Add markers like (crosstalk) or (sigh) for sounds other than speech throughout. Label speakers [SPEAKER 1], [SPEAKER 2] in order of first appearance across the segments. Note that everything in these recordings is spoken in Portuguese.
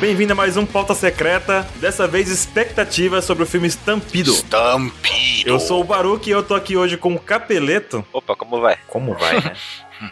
[SPEAKER 1] Bem-vindo a mais um Pauta Secreta, dessa vez expectativa sobre o filme Estampido.
[SPEAKER 2] Estampido.
[SPEAKER 1] Eu sou o Baruque e eu tô aqui hoje com o Capeleto
[SPEAKER 3] Opa, como vai?
[SPEAKER 1] Como vai, né?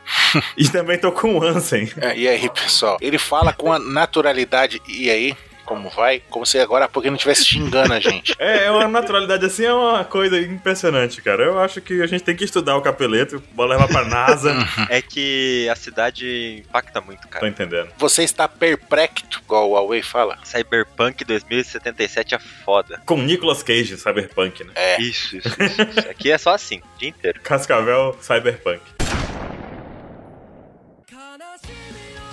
[SPEAKER 1] (laughs) e também tô com o Ansem.
[SPEAKER 2] É, E aí, pessoal? Ele fala com a naturalidade. E aí? Como vai? Como se agora há pouco ele não estivesse xingando
[SPEAKER 1] (laughs)
[SPEAKER 2] a gente.
[SPEAKER 1] É, é uma naturalidade assim, é uma coisa impressionante, cara. Eu acho que a gente tem que estudar o Capeleto, bora levar pra (laughs) NASA.
[SPEAKER 3] É que a cidade impacta muito,
[SPEAKER 1] tô
[SPEAKER 3] cara.
[SPEAKER 1] entendendo.
[SPEAKER 2] Você está perplexo, igual o Huawei fala.
[SPEAKER 3] Cyberpunk 2077 é foda.
[SPEAKER 1] Com Nicolas Cage, Cyberpunk, né?
[SPEAKER 2] É.
[SPEAKER 3] Isso, isso, isso.
[SPEAKER 1] (laughs)
[SPEAKER 3] isso. Aqui é só assim, o dia inteiro.
[SPEAKER 1] Cascavel Cyberpunk.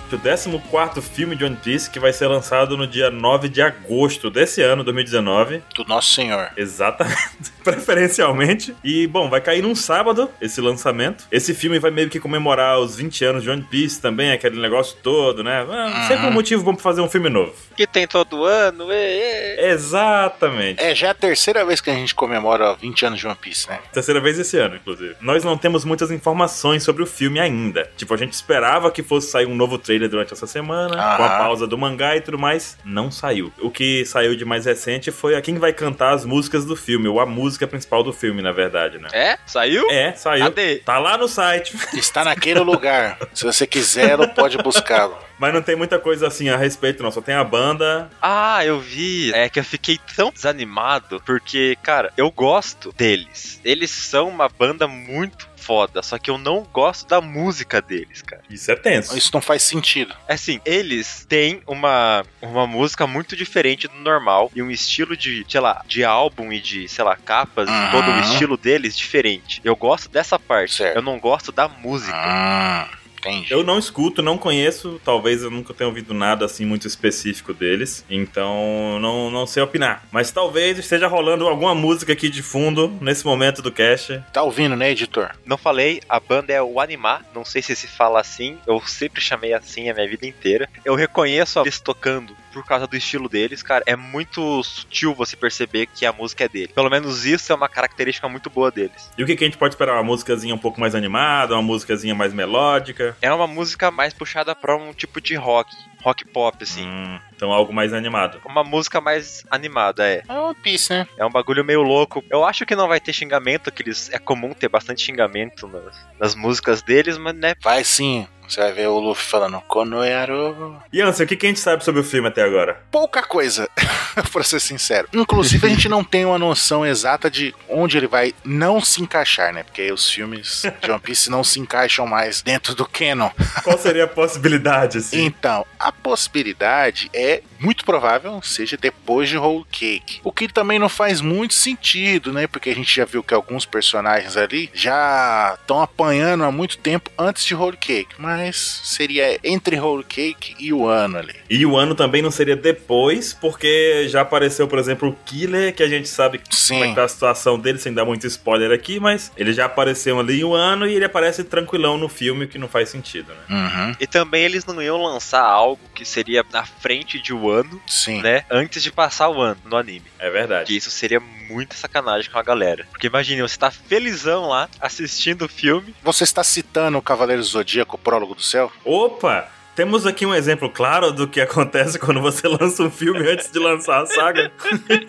[SPEAKER 1] O 14 filme de One Piece que vai ser lançado no dia 9 de agosto desse ano, 2019.
[SPEAKER 2] Do Nosso Senhor.
[SPEAKER 1] Exatamente. (laughs) Preferencialmente. E, bom, vai cair num sábado esse lançamento. Esse filme vai meio que comemorar os 20 anos de One Piece também, aquele negócio todo, né? Ah, Sempre um motivo bom pra fazer um filme novo.
[SPEAKER 3] Que tem todo ano, ê, ê.
[SPEAKER 1] Exatamente.
[SPEAKER 2] É já a terceira vez que a gente comemora 20 anos de One Piece, né?
[SPEAKER 1] Terceira vez esse ano, inclusive. Nós não temos muitas informações sobre o filme ainda. Tipo, a gente esperava que fosse sair um novo trailer durante essa semana,
[SPEAKER 2] Aham.
[SPEAKER 1] com a pausa do mangá e tudo mais. Não saiu. O que saiu de mais recente foi a quem vai cantar as músicas do filme, ou a música principal do filme, na verdade, né?
[SPEAKER 3] É? Saiu?
[SPEAKER 1] É, saiu.
[SPEAKER 3] Cadê?
[SPEAKER 1] Tá lá no site,
[SPEAKER 2] Está naquele lugar. Se você quiser, pode buscá-lo.
[SPEAKER 1] mas não tem muita coisa assim a respeito, não. Só tem a banda.
[SPEAKER 3] Ah, eu vi. É que eu fiquei tão desanimado, porque, cara, eu gosto deles. Eles são uma banda muito foda, só que eu não gosto da música deles, cara.
[SPEAKER 1] Isso é tenso.
[SPEAKER 2] Isso não faz sentido.
[SPEAKER 3] Assim, eles têm uma, uma música muito diferente do normal e um estilo de, sei lá, de álbum e de, sei lá, capas,
[SPEAKER 2] Uhum.
[SPEAKER 3] todo o estilo deles diferente. Eu gosto dessa parte,
[SPEAKER 2] Certo.
[SPEAKER 3] eu não gosto da música.
[SPEAKER 2] Hum, entendi.
[SPEAKER 1] Eu não escuto, não conheço, talvez eu nunca tenha ouvido nada assim muito específico deles, então não, não sei opinar. Mas talvez esteja rolando alguma música aqui de fundo nesse momento do cast.
[SPEAKER 2] Tá ouvindo, né, editor?
[SPEAKER 3] Não falei, a banda é o Animar, não sei se se fala assim, eu sempre chamei assim a minha vida inteira. Eu reconheço eles tocando por causa do estilo deles, cara, é muito sutil você perceber que a música é dele. Pelo menos isso é uma característica muito boa deles.
[SPEAKER 1] E o que, que a gente pode esperar? Uma músicazinha um pouco mais animada, uma músicazinha mais melódica?
[SPEAKER 3] É uma música mais puxada pra um tipo de rock, rock pop assim.
[SPEAKER 1] Hum, então algo mais animado.
[SPEAKER 3] uma música mais animada, é.
[SPEAKER 2] É One Piece, né?
[SPEAKER 3] É um bagulho meio louco. Eu acho que não vai ter xingamento, que eles é comum ter bastante xingamento nas, nas músicas deles, mas né,
[SPEAKER 2] Vai sim. Você vai ver o Luffy falando Konoharu.
[SPEAKER 1] E Anson, o que, que a gente sabe sobre o filme até agora?
[SPEAKER 2] pouca coisa, (laughs) pra ser sincero. Inclusive, a gente não tem uma noção exata de onde ele vai não se encaixar, né? Porque os filmes de One Piece não se encaixam mais dentro do canon.
[SPEAKER 1] Qual seria a possibilidade, assim?
[SPEAKER 2] Então, a possibilidade é muito provável seja depois de Whole Cake. O que também não faz muito sentido, né? Porque a gente já viu que alguns personagens ali já estão apanhando há muito tempo antes de Whole Cake. Mas seria entre Whole Cake e o ano ali.
[SPEAKER 1] E o ano também não seria depois, porque já apareceu, por exemplo, o Killer, que a gente sabe como é
[SPEAKER 2] Sim.
[SPEAKER 1] que tá a situação dele, sem dar muito spoiler aqui, mas ele já apareceu ali um ano e ele aparece tranquilão no filme, o que não faz sentido, né?
[SPEAKER 2] Uhum.
[SPEAKER 3] e também eles não iam lançar algo que seria na frente de um ano,
[SPEAKER 2] Sim.
[SPEAKER 3] né, antes de passar o ano no anime.
[SPEAKER 1] É verdade.
[SPEAKER 3] Que isso seria muita sacanagem com a galera. Porque imagine, você tá felizão lá assistindo o filme,
[SPEAKER 2] Você está citando o Cavaleiro do Zodíaco, o prólogo do céu?
[SPEAKER 1] Opa! Temos aqui um exemplo claro do que (laughs) acontece quando você lança um filme antes de lançar a saga.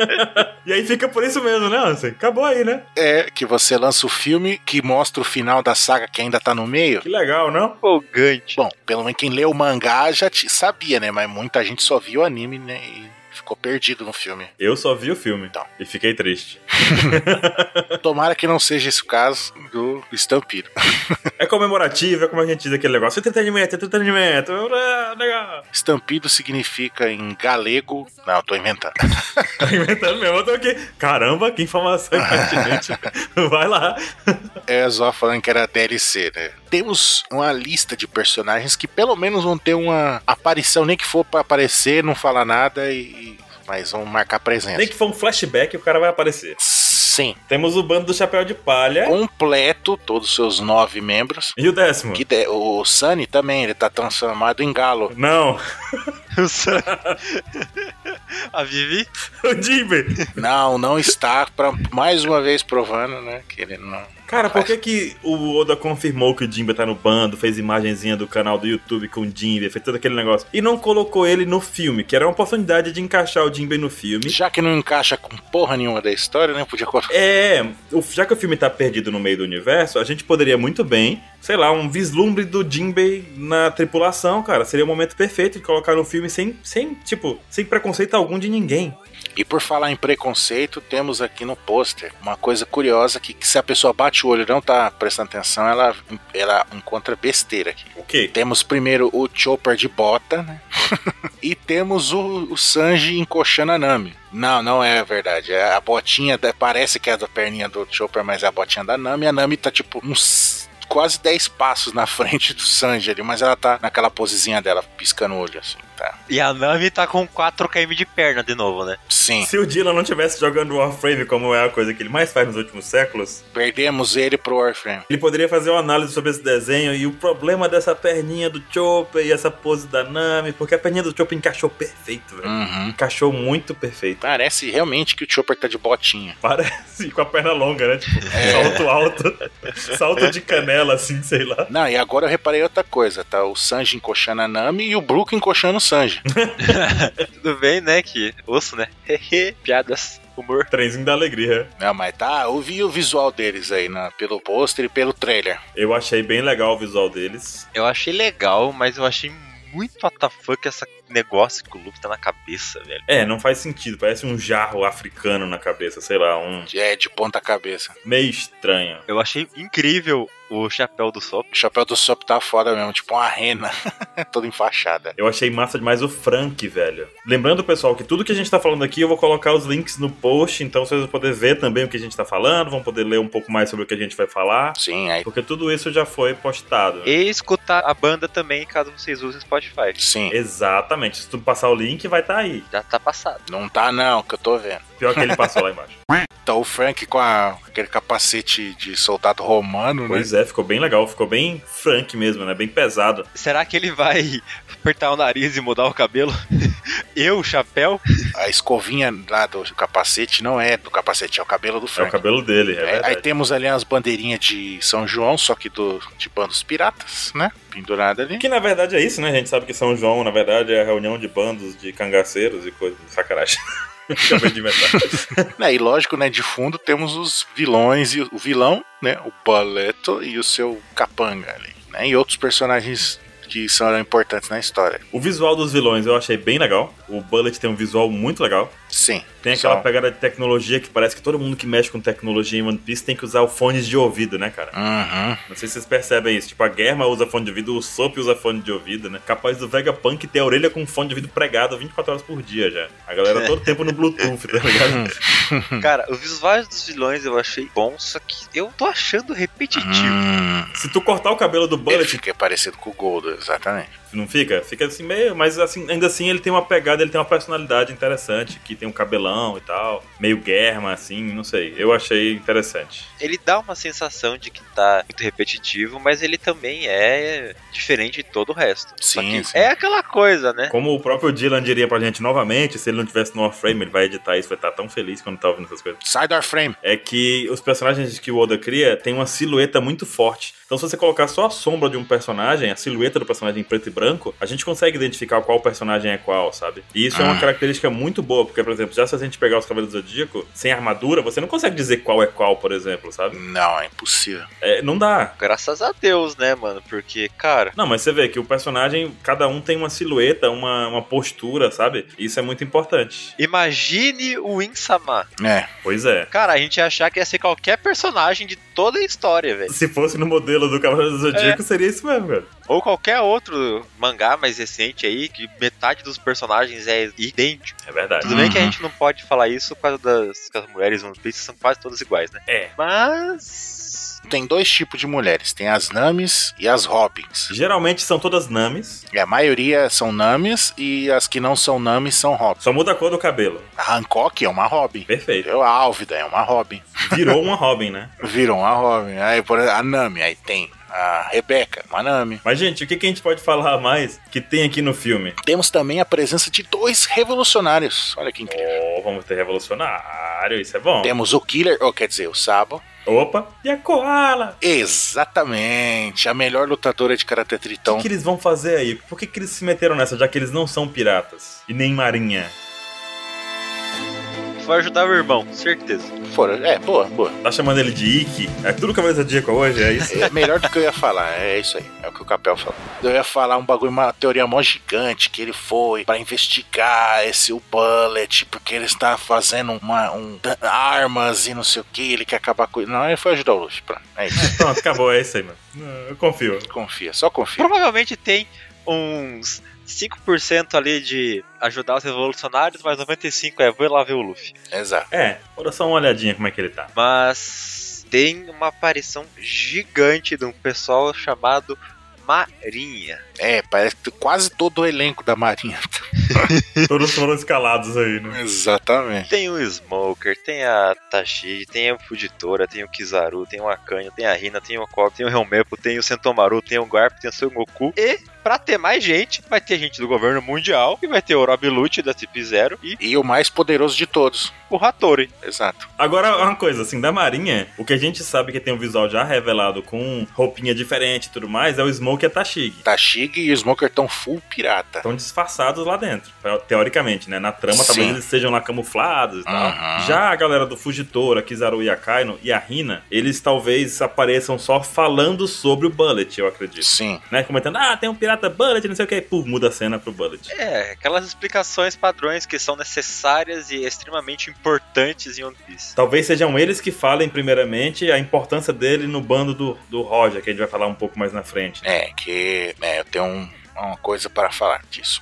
[SPEAKER 1] (laughs) e aí fica por isso mesmo, né, Ansem? Acabou aí, né?
[SPEAKER 2] É, que você lança o filme que mostra o final da saga que ainda tá no meio.
[SPEAKER 1] Que legal, não?
[SPEAKER 3] (laughs) empolgante.
[SPEAKER 2] Bom, pelo menos quem leu o mangá já te- sabia, né? Mas muita gente só viu o anime, né? E ficou perdido no filme.
[SPEAKER 1] Eu só vi o filme
[SPEAKER 2] Então.
[SPEAKER 1] e fiquei triste.
[SPEAKER 2] Tomara que não seja esse o caso do Estampido.
[SPEAKER 1] É comemorativo, é como a gente diz aquele negócio. Entretenimento, entretenimento. Ura, legal.
[SPEAKER 2] Estampido significa em galego. Não, tô inventando.
[SPEAKER 1] Tá inventando mesmo, eu tô aqui. Caramba, que informação impertinente. Vai lá.
[SPEAKER 2] É só falando que era DLC, né? Temos uma lista de personagens que pelo menos vão ter uma aparição, nem que for pra aparecer, não falar nada e. e- Mas vão marcar presença.
[SPEAKER 1] Nem que for um flashback, o cara vai aparecer.
[SPEAKER 2] Sim.
[SPEAKER 1] Temos o bando do Chapéu de Palha.
[SPEAKER 2] Completo, todos os seus nove membros.
[SPEAKER 1] E o décimo?
[SPEAKER 2] Que de- o Sunny também, ele tá transformado em galo.
[SPEAKER 1] Não, (laughs)
[SPEAKER 3] (laughs) a Vivi?
[SPEAKER 1] o Jimmy.
[SPEAKER 2] Não, não está, pra, mais uma vez provando, né? Que ele não,
[SPEAKER 1] Cara, por que, que o Oda confirmou que o Jinbe tá no bando, fez imagenzinha do canal do YouTube com o Jinbe, fez todo aquele negócio, e não colocou ele no filme, que era uma oportunidade de encaixar o Jinbe no filme?
[SPEAKER 2] Já que não encaixa com porra nenhuma da história, né? Podia colocar.
[SPEAKER 1] É, o- já que o filme tá perdido no meio do universo, a gente poderia muito bem, sei lá, um vislumbre do Jinbei na tripulação, cara. Seria o momento perfeito de colocar no filme sem, sem tipo, sem preconceito algum de ninguém.
[SPEAKER 2] E por falar em preconceito, temos aqui no pôster uma coisa curiosa que, que se a pessoa bate o olho e não tá prestando atenção, ela, ela encontra besteira aqui.
[SPEAKER 1] O quê?
[SPEAKER 2] Temos primeiro o Chopper de bota, né? (laughs) e temos o, o Sanji encoxando a Nami. Não, não é verdade. É a botinha da- parece que é da perninha do Chopper, mas é a botinha da Nami. A Nami tá tipo uns quase 10 passos na (laughs) frente do Sanji ali, mas ela tá naquela posezinha dela, piscando o olho assim, tá?
[SPEAKER 3] E a Nami tá com 4km de perna de novo, né?
[SPEAKER 2] Sim.
[SPEAKER 1] Se o Dylan não tivesse jogando Warframe, como é a coisa que ele mais faz nos últimos séculos,
[SPEAKER 2] Perdemos ele pro Warframe.
[SPEAKER 1] ele poderia fazer uma análise sobre esse desenho e o problema dessa perninha do Chopper e essa pose da Nami, porque a perninha do Chopper encaixou perfeito, velho.
[SPEAKER 2] Uhum.
[SPEAKER 1] Encaixou muito perfeito.
[SPEAKER 2] Parece realmente que o Chopper tá de botinha.
[SPEAKER 1] Parece com a perna longa, né? Tipo, salto alto. salto de canela, assim, sei lá.
[SPEAKER 2] Não, e agora eu reparei outra coisa, tá? O Sanji encoxando a Nami e o Brook encoxando o
[SPEAKER 1] (laughs)
[SPEAKER 2] Sanji.
[SPEAKER 3] Tudo bem, né? Que osso, né? (laughs) Piadas, humor.
[SPEAKER 1] Trenzinho da alegria.
[SPEAKER 2] Não, mas tá, eu vi o visual deles aí, né? Pelo pôster e pelo trailer.
[SPEAKER 1] Eu achei bem legal o visual deles.
[SPEAKER 3] Eu achei legal, mas eu achei muito WTF esse negócio que o Luffy tá na cabeça, velho.
[SPEAKER 1] É, não faz sentido. Parece um jarro africano na cabeça, sei lá, um
[SPEAKER 2] É, de ponta cabeça.
[SPEAKER 1] meio estranho.
[SPEAKER 3] Eu achei incrível o chapéu do Sop.
[SPEAKER 2] O chapéu do Sop tá fora mesmo, tipo uma rena, (laughs) toda enfaixada.
[SPEAKER 1] Eu achei massa demais o Frank, velho. Lembrando, pessoal, que tudo que a gente tá falando aqui eu vou colocar os links no post, então vocês vão poder ver também o que a gente tá falando, vão poder ler um pouco mais sobre o que a gente vai falar,
[SPEAKER 2] Sim, aí.
[SPEAKER 1] porque tudo isso já foi postado.
[SPEAKER 3] E escutar a banda também, caso vocês usem Spotify.
[SPEAKER 2] Sim.
[SPEAKER 1] Exatamente. Se tu passar o link, vai tá aí.
[SPEAKER 3] Já tá passado.
[SPEAKER 2] Não tá não, que eu tô vendo.
[SPEAKER 1] Pior que ele passou lá embaixo.
[SPEAKER 2] Tá o Frank com a- aquele capacete de soldado romano, né?
[SPEAKER 1] Pois é, ficou bem legal, ficou bem frank mesmo, né? Bem pesado.
[SPEAKER 3] Será que ele vai (laughs) apertar o nariz e mudar o cabelo? (laughs) Eu, chapéu?
[SPEAKER 2] A escovinha lá do capacete não é do capacete, é o cabelo do
[SPEAKER 1] É o
[SPEAKER 2] Frank.
[SPEAKER 1] cabelo dele, é,
[SPEAKER 2] É,
[SPEAKER 1] verdade.
[SPEAKER 2] aí temos ali as bandeirinhas de São João, só que do, de bandos piratas, né? Pendurada ali.
[SPEAKER 1] Que na verdade é isso, né? A gente sabe que São João, na verdade, é a reunião de bandos de cangaceiros e coisa de sacanagem. (laughs) Acabei de inventar.
[SPEAKER 2] Né, e lógico, né, de fundo temos os vilões e o o vilão, né, o Baleto e o seu capanga ali, né, e outros personagens que são importantes na história.
[SPEAKER 1] O visual dos vilões eu achei bem legal. O Bullet tem um visual muito legal.
[SPEAKER 2] Sim.
[SPEAKER 1] Tem aquela
[SPEAKER 2] São.
[SPEAKER 1] pegada de tecnologia que parece que todo mundo que mexe com tecnologia em One Piece tem que usar o fones de ouvido, né, cara?
[SPEAKER 2] Uhum.
[SPEAKER 1] Não sei se vocês percebem isso. Tipo, a Germa usa fone de ouvido, o Sop usa fone de ouvido, né? Capaz do Vegapunk ter a orelha com fone de ouvido pregado 24 horas por dia já. A galera todo tempo no Bluetooth, tá ligado?
[SPEAKER 3] Cara, os visuais dos vilões eu achei bom, só que eu tô achando repetitivo.
[SPEAKER 2] Hum.
[SPEAKER 1] Se tu cortar o cabelo do
[SPEAKER 2] Ele
[SPEAKER 1] Bullet,
[SPEAKER 2] fica parecido com o Goldo, exatamente.
[SPEAKER 1] não fica? Fica assim meio, mas assim, ainda assim ele tem uma pegada, ele tem uma personalidade interessante, que tem um cabelão e tal, meio Germa, assim, não sei. Eu achei interessante.
[SPEAKER 3] Ele dá uma sensação de que tá muito repetitivo, mas ele também é diferente de todo o resto. Só
[SPEAKER 2] Sim,
[SPEAKER 3] que
[SPEAKER 2] sim.
[SPEAKER 3] é aquela coisa, né?
[SPEAKER 1] Como o próprio Dylan diria pra gente novamente, se ele não tivesse no Warframe, ele vai editar isso, vai estar tão feliz quando tá ouvindo essas coisas.
[SPEAKER 2] Sai do Warframe.
[SPEAKER 1] É que os personagens que o Oda cria tem uma silhueta muito forte. Então, se você colocar só a sombra de um personagem, a silhueta do personagem em preto e branco, a gente consegue identificar qual personagem é qual, sabe? E isso é uma
[SPEAKER 2] Ah.
[SPEAKER 1] característica muito boa, porque, por exemplo, já se a gente pegar os Cavaleiros do Zodíaco sem armadura, você não consegue dizer qual é qual, por exemplo, sabe?
[SPEAKER 2] Não, é impossível.
[SPEAKER 1] É, não dá.
[SPEAKER 3] Graças a Deus, né, mano? Porque, cara,
[SPEAKER 1] Não, mas você vê que o personagem, cada um tem uma silhueta, uma, uma postura, sabe? E Isso é muito importante.
[SPEAKER 3] imagine o Insama.
[SPEAKER 2] É.
[SPEAKER 1] Pois é.
[SPEAKER 3] Cara, a gente ia achar que ia ser qualquer personagem de toda a história, velho.
[SPEAKER 1] Se fosse no modelo do Cavaleiro do Zodíaco, seria isso mesmo, cara.
[SPEAKER 3] Ou qualquer outro mangá mais recente aí, que metade dos personagens é idêntico.
[SPEAKER 1] É verdade.
[SPEAKER 3] Tudo bem
[SPEAKER 2] Uhum.
[SPEAKER 3] que a gente não pode falar isso por causa das que as mulheres no One Piece são quase todas iguais, né?
[SPEAKER 1] É.
[SPEAKER 3] Mas.
[SPEAKER 2] Tem dois tipos de mulheres, tem as Namis e as Robins.
[SPEAKER 1] Geralmente são todas names,
[SPEAKER 2] E É, a maioria são Namis e as que não são Namis são Robins.
[SPEAKER 1] só muda a cor do cabelo.
[SPEAKER 2] A Hancock é uma Robin.
[SPEAKER 1] Perfeito.
[SPEAKER 2] A Álvida é uma Robin.
[SPEAKER 1] Virou uma Robin, né?
[SPEAKER 2] Viram a Robin. Aí, por exemplo, a Nami, aí tem a Rebeca, uma Nami.
[SPEAKER 1] Mas, gente, o que, que a gente pode falar mais que tem aqui no filme?
[SPEAKER 2] Temos também a presença de dois revolucionários. Olha que incrível.
[SPEAKER 1] Oh, vamos ter revolucionário, isso é bom.
[SPEAKER 2] Temos o Killer, ou quer dizer, o Sabo,
[SPEAKER 1] Opa. E a Koala?
[SPEAKER 2] Exatamente. A melhor lutadora de Karate
[SPEAKER 1] O
[SPEAKER 2] Tritão.
[SPEAKER 1] que, que eles vão fazer aí? Por que, que eles se meteram nessa, já que eles não são piratas? E nem marinha.
[SPEAKER 3] Foi ajudar o irmão, certeza.
[SPEAKER 2] Fora. É, boa, boa.
[SPEAKER 1] Tá chamando ele de Ikki? É tudo que a Mesa Dica hoje, é
[SPEAKER 2] (laughs)
[SPEAKER 1] isso?
[SPEAKER 2] É melhor do que eu ia falar, é isso aí. É o que o Capel falou. Eu ia falar um bagulho, uma teoria mó gigante que ele foi pra investigar esse o Bullet, porque ele está fazendo uma, um, da- armas e não sei o que, ele quer acabar com. Não, ele foi ajudar o Luffy, pronto. É isso. (laughs)
[SPEAKER 1] Pronto, acabou, é isso aí, mano. Eu confio.
[SPEAKER 2] Confia, só confia.
[SPEAKER 3] Provavelmente tem uns 5% ali de ajudar os revolucionários, mas 95% é vou lá ver o Luffy.
[SPEAKER 2] Exato.
[SPEAKER 1] É, vou dar só uma olhadinha como é que ele tá.
[SPEAKER 3] Mas tem uma aparição gigante de um pessoal chamado Marinha.
[SPEAKER 2] É, parece que quase todo o elenco da Marinha. (laughs)
[SPEAKER 1] Todos foram escalados aí, né?
[SPEAKER 2] Exatamente.
[SPEAKER 3] Tem o Smoker, tem a Tashi, tem a Fugitora, tem o Kizaru, tem o Akane, tem a Rina, tem o Kobe, tem o Helmepo, tem o Sentomaru, tem o Garp, tem o Son Goku. E, pra ter mais gente, vai ter gente do governo mundial, e vai ter o Rob Lute da Tip Zero e
[SPEAKER 2] E o mais poderoso de todos.
[SPEAKER 3] o Hattori.
[SPEAKER 2] Exato.
[SPEAKER 1] Agora, uma coisa, assim, da Marinha, o que a gente sabe que tem um visual já revelado com roupinha diferente e tudo mais é o Smoke e a Tashig.
[SPEAKER 2] Tashig e o Smoker estão full pirata.
[SPEAKER 1] Estão disfarçados lá dentro, teoricamente, né? Na trama,
[SPEAKER 2] Sim.
[SPEAKER 1] talvez eles sejam lá camuflados e tal.
[SPEAKER 2] Aham.
[SPEAKER 1] Já a galera do Fugitora, Kizaru e Akaino e a Hina, eles talvez apareçam só falando sobre o Bullet, eu acredito.
[SPEAKER 2] Sim.
[SPEAKER 1] Né? Comentando, ah, tem um pirata Bullet, não sei o que, pum, muda a cena pro Bullet.
[SPEAKER 3] É, aquelas explicações padrões que são necessárias e extremamente importantes em One Piece.
[SPEAKER 1] Talvez sejam eles que falem primeiramente a importância dele no bando do, do Roger, que a gente vai falar um pouco mais na frente.
[SPEAKER 2] É, que né, eu tenho um- uma coisa para falar disso.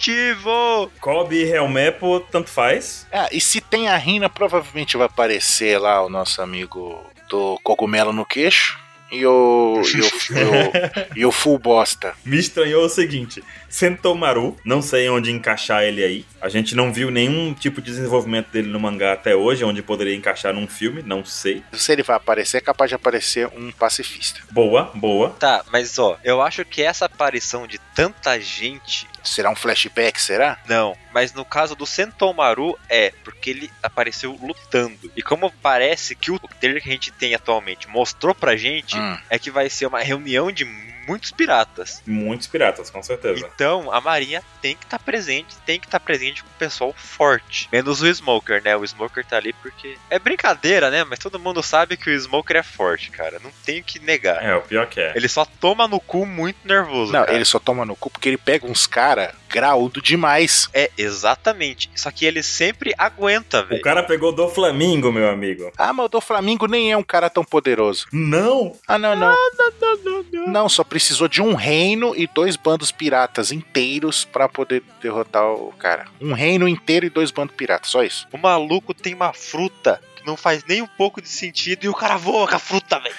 [SPEAKER 3] Repetitivo!
[SPEAKER 1] Kobe e Helmepo, tanto faz.
[SPEAKER 2] Ah, e se tem a Rina, provavelmente vai aparecer lá o nosso amigo do cogumelo no queixo. E o. E o, e o, e o full bosta.
[SPEAKER 1] Me estranhou o seguinte: Sentomaru, não sei onde encaixar ele aí. A gente não viu nenhum tipo de desenvolvimento dele no mangá até hoje, onde poderia encaixar num filme, não sei.
[SPEAKER 2] Se ele vai aparecer, é capaz de aparecer um pacifista.
[SPEAKER 1] Boa, boa.
[SPEAKER 3] Tá, mas ó, eu acho que essa aparição de tanta gente.
[SPEAKER 2] Será um flashback, será?
[SPEAKER 3] Não, mas no caso do Sentomaru é, porque ele apareceu lutando. E como parece que o trailer que a gente tem atualmente mostrou pra gente,
[SPEAKER 2] Hum.
[SPEAKER 3] é que vai ser uma reunião de muitos piratas.
[SPEAKER 1] Muitos piratas, com certeza.
[SPEAKER 3] Então, a Marinha tem que estar presente, tem que estar presente com o pessoal forte. Menos o Smoker, né? O Smoker tá ali porque. É brincadeira, né? Mas todo mundo sabe que o Smoker é forte, cara. Não tenho que negar.
[SPEAKER 1] É, o pior que é.
[SPEAKER 3] Ele só toma no cu muito nervoso.
[SPEAKER 2] Não,
[SPEAKER 3] cara.
[SPEAKER 2] ele só toma no cu porque ele pega uns cara graúdo demais.
[SPEAKER 3] É, exatamente. Só que ele sempre aguenta,
[SPEAKER 1] O
[SPEAKER 3] velho.
[SPEAKER 1] cara pegou do Flamingo, meu amigo.
[SPEAKER 2] Ah, mas o do Flamengo nem é um cara tão poderoso.
[SPEAKER 1] Não!
[SPEAKER 2] Ah, não, não. Não, só precisou de um reino e dois bandos piratas inteiros pra poder derrotar o cara. Um reino inteiro e dois bandos piratas, só isso.
[SPEAKER 3] O maluco tem uma fruta que não faz nem um pouco de sentido e o cara voa com a fruta, velho.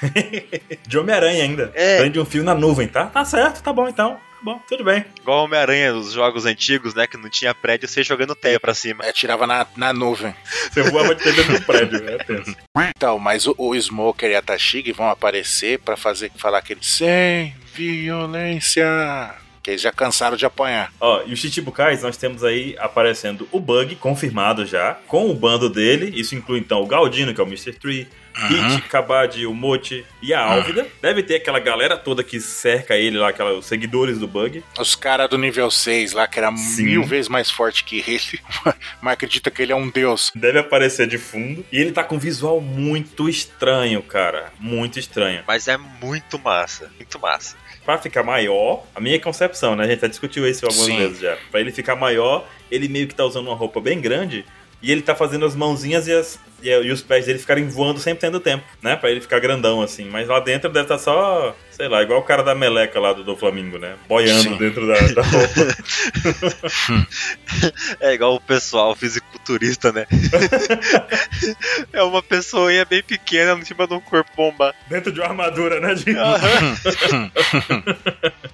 [SPEAKER 1] De Homem-Aranha ainda.
[SPEAKER 3] É.
[SPEAKER 1] Prende um fio na nuvem, tá? Tá certo, tá bom então. Tá bom, tudo bem.
[SPEAKER 3] (laughs) Igual o Homem-Aranha dos jogos antigos, né? Que não tinha prédio, você jogando teia pra cima.
[SPEAKER 2] É, tirava na, na nuvem.
[SPEAKER 1] Você voava de dentro do prédio, é tenso.
[SPEAKER 2] Então, mas o, o Smoker e a Tashig vão aparecer pra fazer, falar aquele sem violência. Que eles já cansaram de apanhar.
[SPEAKER 1] Ó, e os Chichibukais, nós temos aí aparecendo o Bug, confirmado já, com o bando dele. Isso inclui então o Galdino, que é o Mr. Tree, Pete, Kabadi, o Mochi e a Álvida. Deve ter aquela galera toda que cerca ele lá, aquela, os seguidores do Bug.
[SPEAKER 2] Os caras do nível 6 lá, que era
[SPEAKER 1] Sim.
[SPEAKER 2] mil vezes mais forte que ele, (laughs) mas acredita que ele é um deus.
[SPEAKER 1] Deve aparecer de fundo. E ele tá com um visual muito estranho, cara. Muito estranho.
[SPEAKER 3] Mas é muito massa, muito massa.
[SPEAKER 1] Pra ficar maior, a minha concepção, né? A gente já discutiu isso algumas
[SPEAKER 2] Sim.
[SPEAKER 1] vezes já. Pra ele ficar maior, ele meio que tá usando uma roupa bem grande e ele tá fazendo as mãozinhas e, as- e- e os pés dele ficarem voando sempre tendo tempo, né? Pra ele ficar grandão assim. Mas lá dentro deve estar tá só, sei lá, igual o cara da meleca lá do, do Flamengo, né? Boiando
[SPEAKER 2] Sim.
[SPEAKER 1] dentro da, da
[SPEAKER 2] (laughs)
[SPEAKER 1] roupa.
[SPEAKER 3] É igual o pessoal fisiculturista, né? (laughs) é uma pessoinha bem pequena em cima de um corpo bomba.
[SPEAKER 1] dentro de uma armadura, né? gente?
[SPEAKER 2] Hum.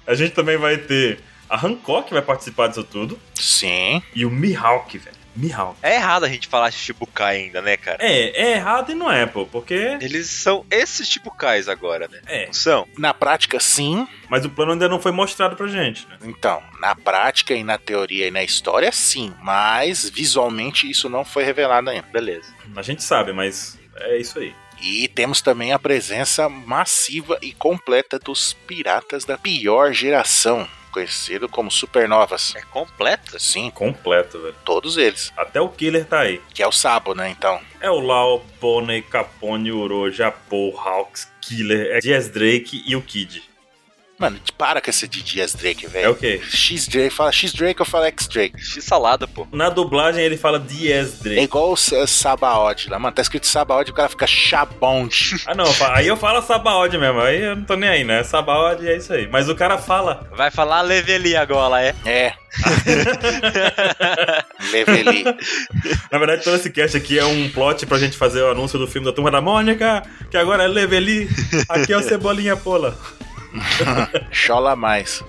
[SPEAKER 1] a gente também vai ter a Hancock vai participar disso tudo
[SPEAKER 2] Sim.
[SPEAKER 1] e o Mihawk, velho. Mihawk.
[SPEAKER 3] É errado a gente falar Shichibukai ainda, né, cara?
[SPEAKER 1] É, é errado e não é, pô, porque
[SPEAKER 3] Eles são esses Shibukais agora, né?
[SPEAKER 1] é,
[SPEAKER 3] Não são?
[SPEAKER 2] Na prática, sim.
[SPEAKER 1] mas o plano ainda não foi mostrado pra gente, né?
[SPEAKER 2] Então, na prática e na teoria e na história, sim, mas visualmente isso não foi revelado ainda.
[SPEAKER 3] Beleza.
[SPEAKER 1] A gente sabe, mas é isso aí.
[SPEAKER 2] E temos também a presença massiva e completa dos piratas da pior geração, conhecido como supernovas.
[SPEAKER 3] É completa?
[SPEAKER 2] Sim,
[SPEAKER 1] Completo, velho.
[SPEAKER 2] todos eles,
[SPEAKER 1] Até o Killer tá aí.
[SPEAKER 2] que é o Sabo, né? Então,
[SPEAKER 1] É o Lau, Pony, Capone, Uro, Japô, Hawks, Killer, é Jazz Drake e o Kid.
[SPEAKER 2] mano, para com esse de Dias Drake,
[SPEAKER 1] É
[SPEAKER 2] velho.
[SPEAKER 1] o quê?
[SPEAKER 2] X Drake, fala X Drake ou fala X Drake?
[SPEAKER 3] X salada, pô.
[SPEAKER 1] Na dublagem ele fala Diaz
[SPEAKER 2] É
[SPEAKER 1] Drake.
[SPEAKER 2] igual o Sa- Sabaod lá, mano. Tá escrito Sabaod e o cara fica Chabonde.
[SPEAKER 1] Ah não, fa- aí eu falo Sabaod mesmo, aí eu não tô nem aí, né? Sabaod é isso aí. Mas o cara fala.
[SPEAKER 3] Vai falar Leveli agora, é?
[SPEAKER 2] (laughs) É. Leveli.
[SPEAKER 1] Na verdade, todo esse cast aqui é um plot pra gente fazer o anúncio do filme da Turma da Mônica, que agora é Leveli. Aqui é o Cebolinha Pola.
[SPEAKER 2] Chola mais.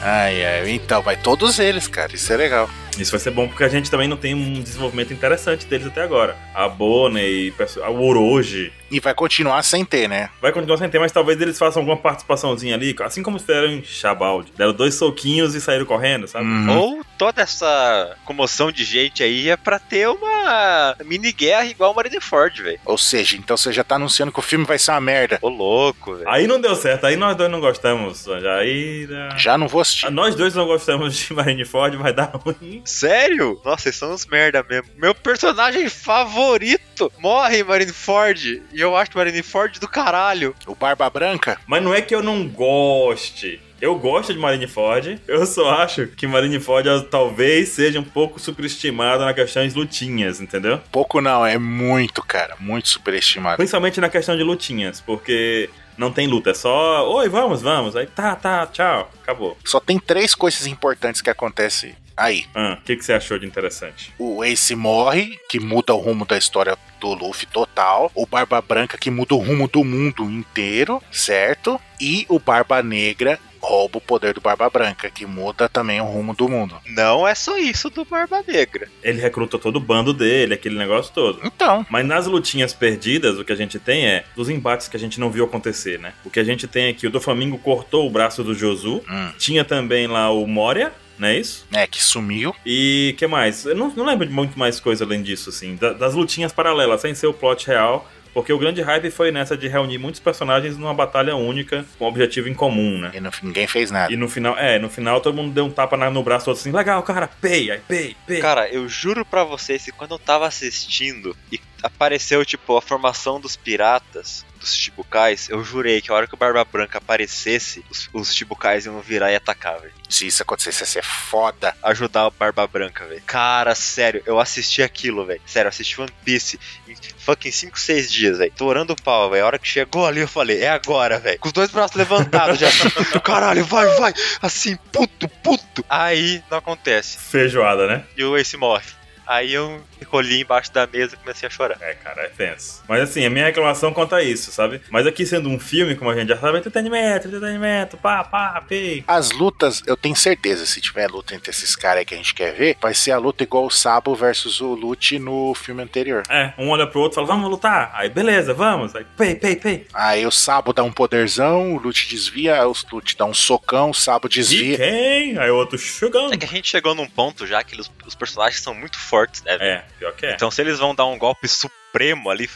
[SPEAKER 2] Ai, ai. Então, vai todos eles, cara. Isso é legal.
[SPEAKER 1] Isso vai ser bom porque a gente também não tem um desenvolvimento interessante deles até agora. A Bonnie, perso- a Orochi,
[SPEAKER 2] E vai continuar sem ter, né?
[SPEAKER 1] Vai continuar sem ter, mas talvez eles façam alguma participaçãozinha ali, assim como fizeram em Chabaldi. Deram dois soquinhos e saíram correndo, sabe?
[SPEAKER 2] Hum.
[SPEAKER 3] Ou toda essa comoção de gente aí é pra ter uma mini guerra igual o Marineford, velho.
[SPEAKER 2] Ou seja, então você já tá anunciando que o filme vai ser uma merda.
[SPEAKER 3] Ô louco, velho.
[SPEAKER 1] Aí não deu certo, aí nós dois não gostamos, Jaira.
[SPEAKER 2] Já não vou assistir.
[SPEAKER 1] Nós dois não gostamos de Marineford, vai dar (laughs) ruim.
[SPEAKER 3] Sério? Nossa, vocês são uns merda mesmo. Meu personagem favorito morre em Marineford. E eu acho Marineford do caralho.
[SPEAKER 2] O Barba Branca?
[SPEAKER 1] Mas não é que eu não goste. Eu gosto de Marineford, eu só acho que Marineford eh, talvez seja um pouco superestimado na questão de lutinhas, entendeu?
[SPEAKER 2] Pouco não, é muito, cara. Muito superestimado.
[SPEAKER 1] Principalmente na questão de lutinhas, porque não tem luta, é só, oi, vamos, vamos, aí tá, tá, tchau, acabou.
[SPEAKER 2] Só tem três coisas importantes que acontecem aí.
[SPEAKER 1] Ah, O que, que você achou de interessante?
[SPEAKER 2] O Ace morre, que muda o rumo da história do Luffy total. O Barba Branca, que muda o rumo do mundo inteiro, certo? E o Barba Negra rouba o poder do Barba Branca, que muda também o rumo do mundo.
[SPEAKER 3] Não é só isso do Barba Negra.
[SPEAKER 1] ele recruta todo o bando dele, aquele negócio todo.
[SPEAKER 2] Então,
[SPEAKER 1] Mas nas lutinhas perdidas, o que a gente tem é dos embates que a gente não viu acontecer, né? O que a gente tem é que o do Flamengo cortou o braço do Josu,
[SPEAKER 2] hum,
[SPEAKER 1] tinha também lá o Moria, não é isso?
[SPEAKER 2] né, que sumiu.
[SPEAKER 1] E que mais? Eu não, não lembro de muito mais coisa além disso, assim, da- das lutinhas paralelas, sem ser o plot real. Porque o grande hype foi nessa de reunir muitos personagens numa batalha única, com um objetivo em comum, né?
[SPEAKER 2] E não- ninguém fez nada.
[SPEAKER 1] E no final, é, no final todo mundo deu um tapa na- no braço, todo assim, legal, cara, pei, aí pei, pei.
[SPEAKER 3] Cara, eu juro pra vocês que quando eu tava assistindo e apareceu, tipo, a formação dos piratas, dos Chibukais, eu jurei que a hora que o Barba Branca aparecesse, os, os Chibukais iam virar e atacar, velho.
[SPEAKER 2] Se isso acontecesse, ia ser foda.
[SPEAKER 3] Ajudar o Barba Branca, velho. Cara, sério, eu assisti aquilo, velho. Sério, eu assisti One Piece em fucking 5, 6 dias, velho. Torando o pau, velho. A hora que chegou ali, eu falei, é agora, velho. Com os dois braços levantados, já assim, caralho, vai, vai. Assim, puto, puto. Aí, não acontece.
[SPEAKER 1] Feijoada, né?
[SPEAKER 3] E o Ace morre. Aí eu me colhi embaixo da mesa e comecei a chorar.
[SPEAKER 1] É, cara, é tenso. Mas assim, a minha reclamação conta isso, sabe? Mas aqui sendo um filme, como a gente já sabe, é entretenimento, entretenimento, pá, pá, pei.
[SPEAKER 2] As lutas, eu tenho certeza, se tiver luta entre esses caras aí que a gente quer ver, vai ser a luta igual o Sabo versus o Lute no filme anterior.
[SPEAKER 1] É, um olha pro outro e fala, vamos lutar. Aí, beleza, vamos. Aí, pei, pei, pei.
[SPEAKER 2] Aí o Sabo dá um poderzão, o Lute desvia, o Lute dá um socão, o Sabo
[SPEAKER 1] De
[SPEAKER 2] desvia.
[SPEAKER 1] quem? Aí o outro chegando.
[SPEAKER 3] É que a gente chegou num ponto já que os, os personagens são muito fortes, né? velho?
[SPEAKER 1] É, pior que é.
[SPEAKER 3] Então se eles vão dar um golpe supremo ali,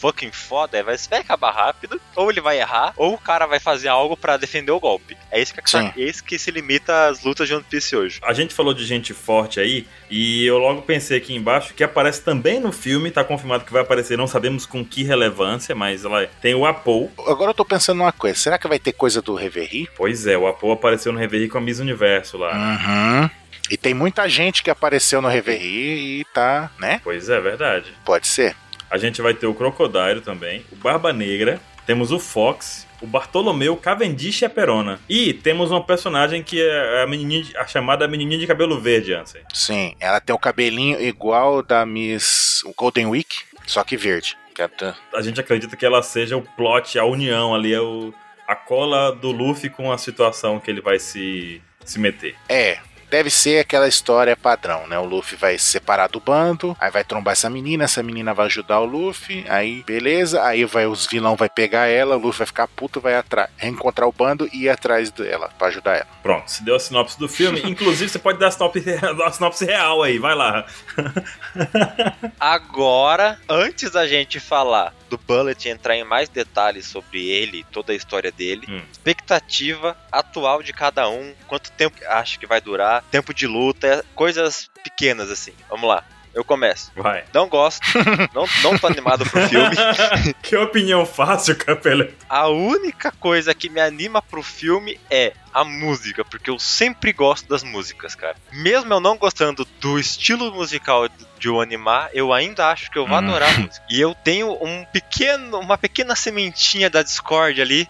[SPEAKER 3] fucking foda, é, vai, vai acabar rápido, ou ele vai errar, ou o cara vai fazer algo pra defender o golpe. É isso que,
[SPEAKER 2] Sim.
[SPEAKER 3] é isso que se limita às lutas de One Piece hoje.
[SPEAKER 1] A gente falou de gente forte aí, e eu logo pensei aqui embaixo que aparece também no filme, tá confirmado que vai aparecer, não sabemos com que relevância, mas ela é. tem o Apol.
[SPEAKER 2] Agora eu tô pensando numa coisa, será que vai ter coisa do Reverie?
[SPEAKER 1] Pois é, o Apol apareceu no Reverie com a Miss Universo lá.
[SPEAKER 2] Uhum. E tem muita gente que apareceu no Reverie e tá, né?
[SPEAKER 1] Pois é, verdade.
[SPEAKER 2] Pode ser.
[SPEAKER 1] A gente vai ter o Crocodile também, o Barba Negra, temos o Fox, o Bartolomeu, Cavendish e a Perona. E temos uma personagem que é a, menininha de- a chamada menininha de cabelo verde, Ansem.
[SPEAKER 2] Sim, ela tem o cabelinho igual da Miss Golden Week, só que verde. Que ela tá-
[SPEAKER 1] A gente acredita que ela seja o plot, a união ali, é o, a cola do Luffy com a situação que ele vai se, se meter.
[SPEAKER 2] É, Deve ser aquela história padrão, né? O Luffy vai se separar do bando, aí vai trombar essa menina, essa menina vai ajudar o Luffy, aí beleza, aí vai os vilão vai pegar ela, o Luffy vai ficar puto, vai atrás, reencontrar o bando e ir atrás dela pra ajudar ela.
[SPEAKER 1] Pronto, se deu a sinopse do filme. Inclusive, você pode (laughs) dar a sinopse, a sinopse real aí, vai lá.
[SPEAKER 3] Agora, antes da gente falar do Bullet e entrar em mais detalhes sobre ele, toda a história dele,
[SPEAKER 1] Hum.
[SPEAKER 3] expectativa atual de cada um, quanto tempo que acha que vai durar, tempo de luta, é coisas pequenas assim. Vamos lá, eu começo.
[SPEAKER 1] Vai.
[SPEAKER 3] Não
[SPEAKER 1] (laughs)
[SPEAKER 3] gosto, não, não tô animado pro filme.
[SPEAKER 1] que opinião fácil, Capela.
[SPEAKER 3] A única coisa que me anima pro filme é a música, porque eu sempre gosto das músicas, cara. Mesmo eu não gostando do estilo musical de o animar, eu ainda acho que eu vou
[SPEAKER 1] Hum.
[SPEAKER 3] adorar a música. E eu tenho um pequeno, uma pequena sementinha da Discord ali,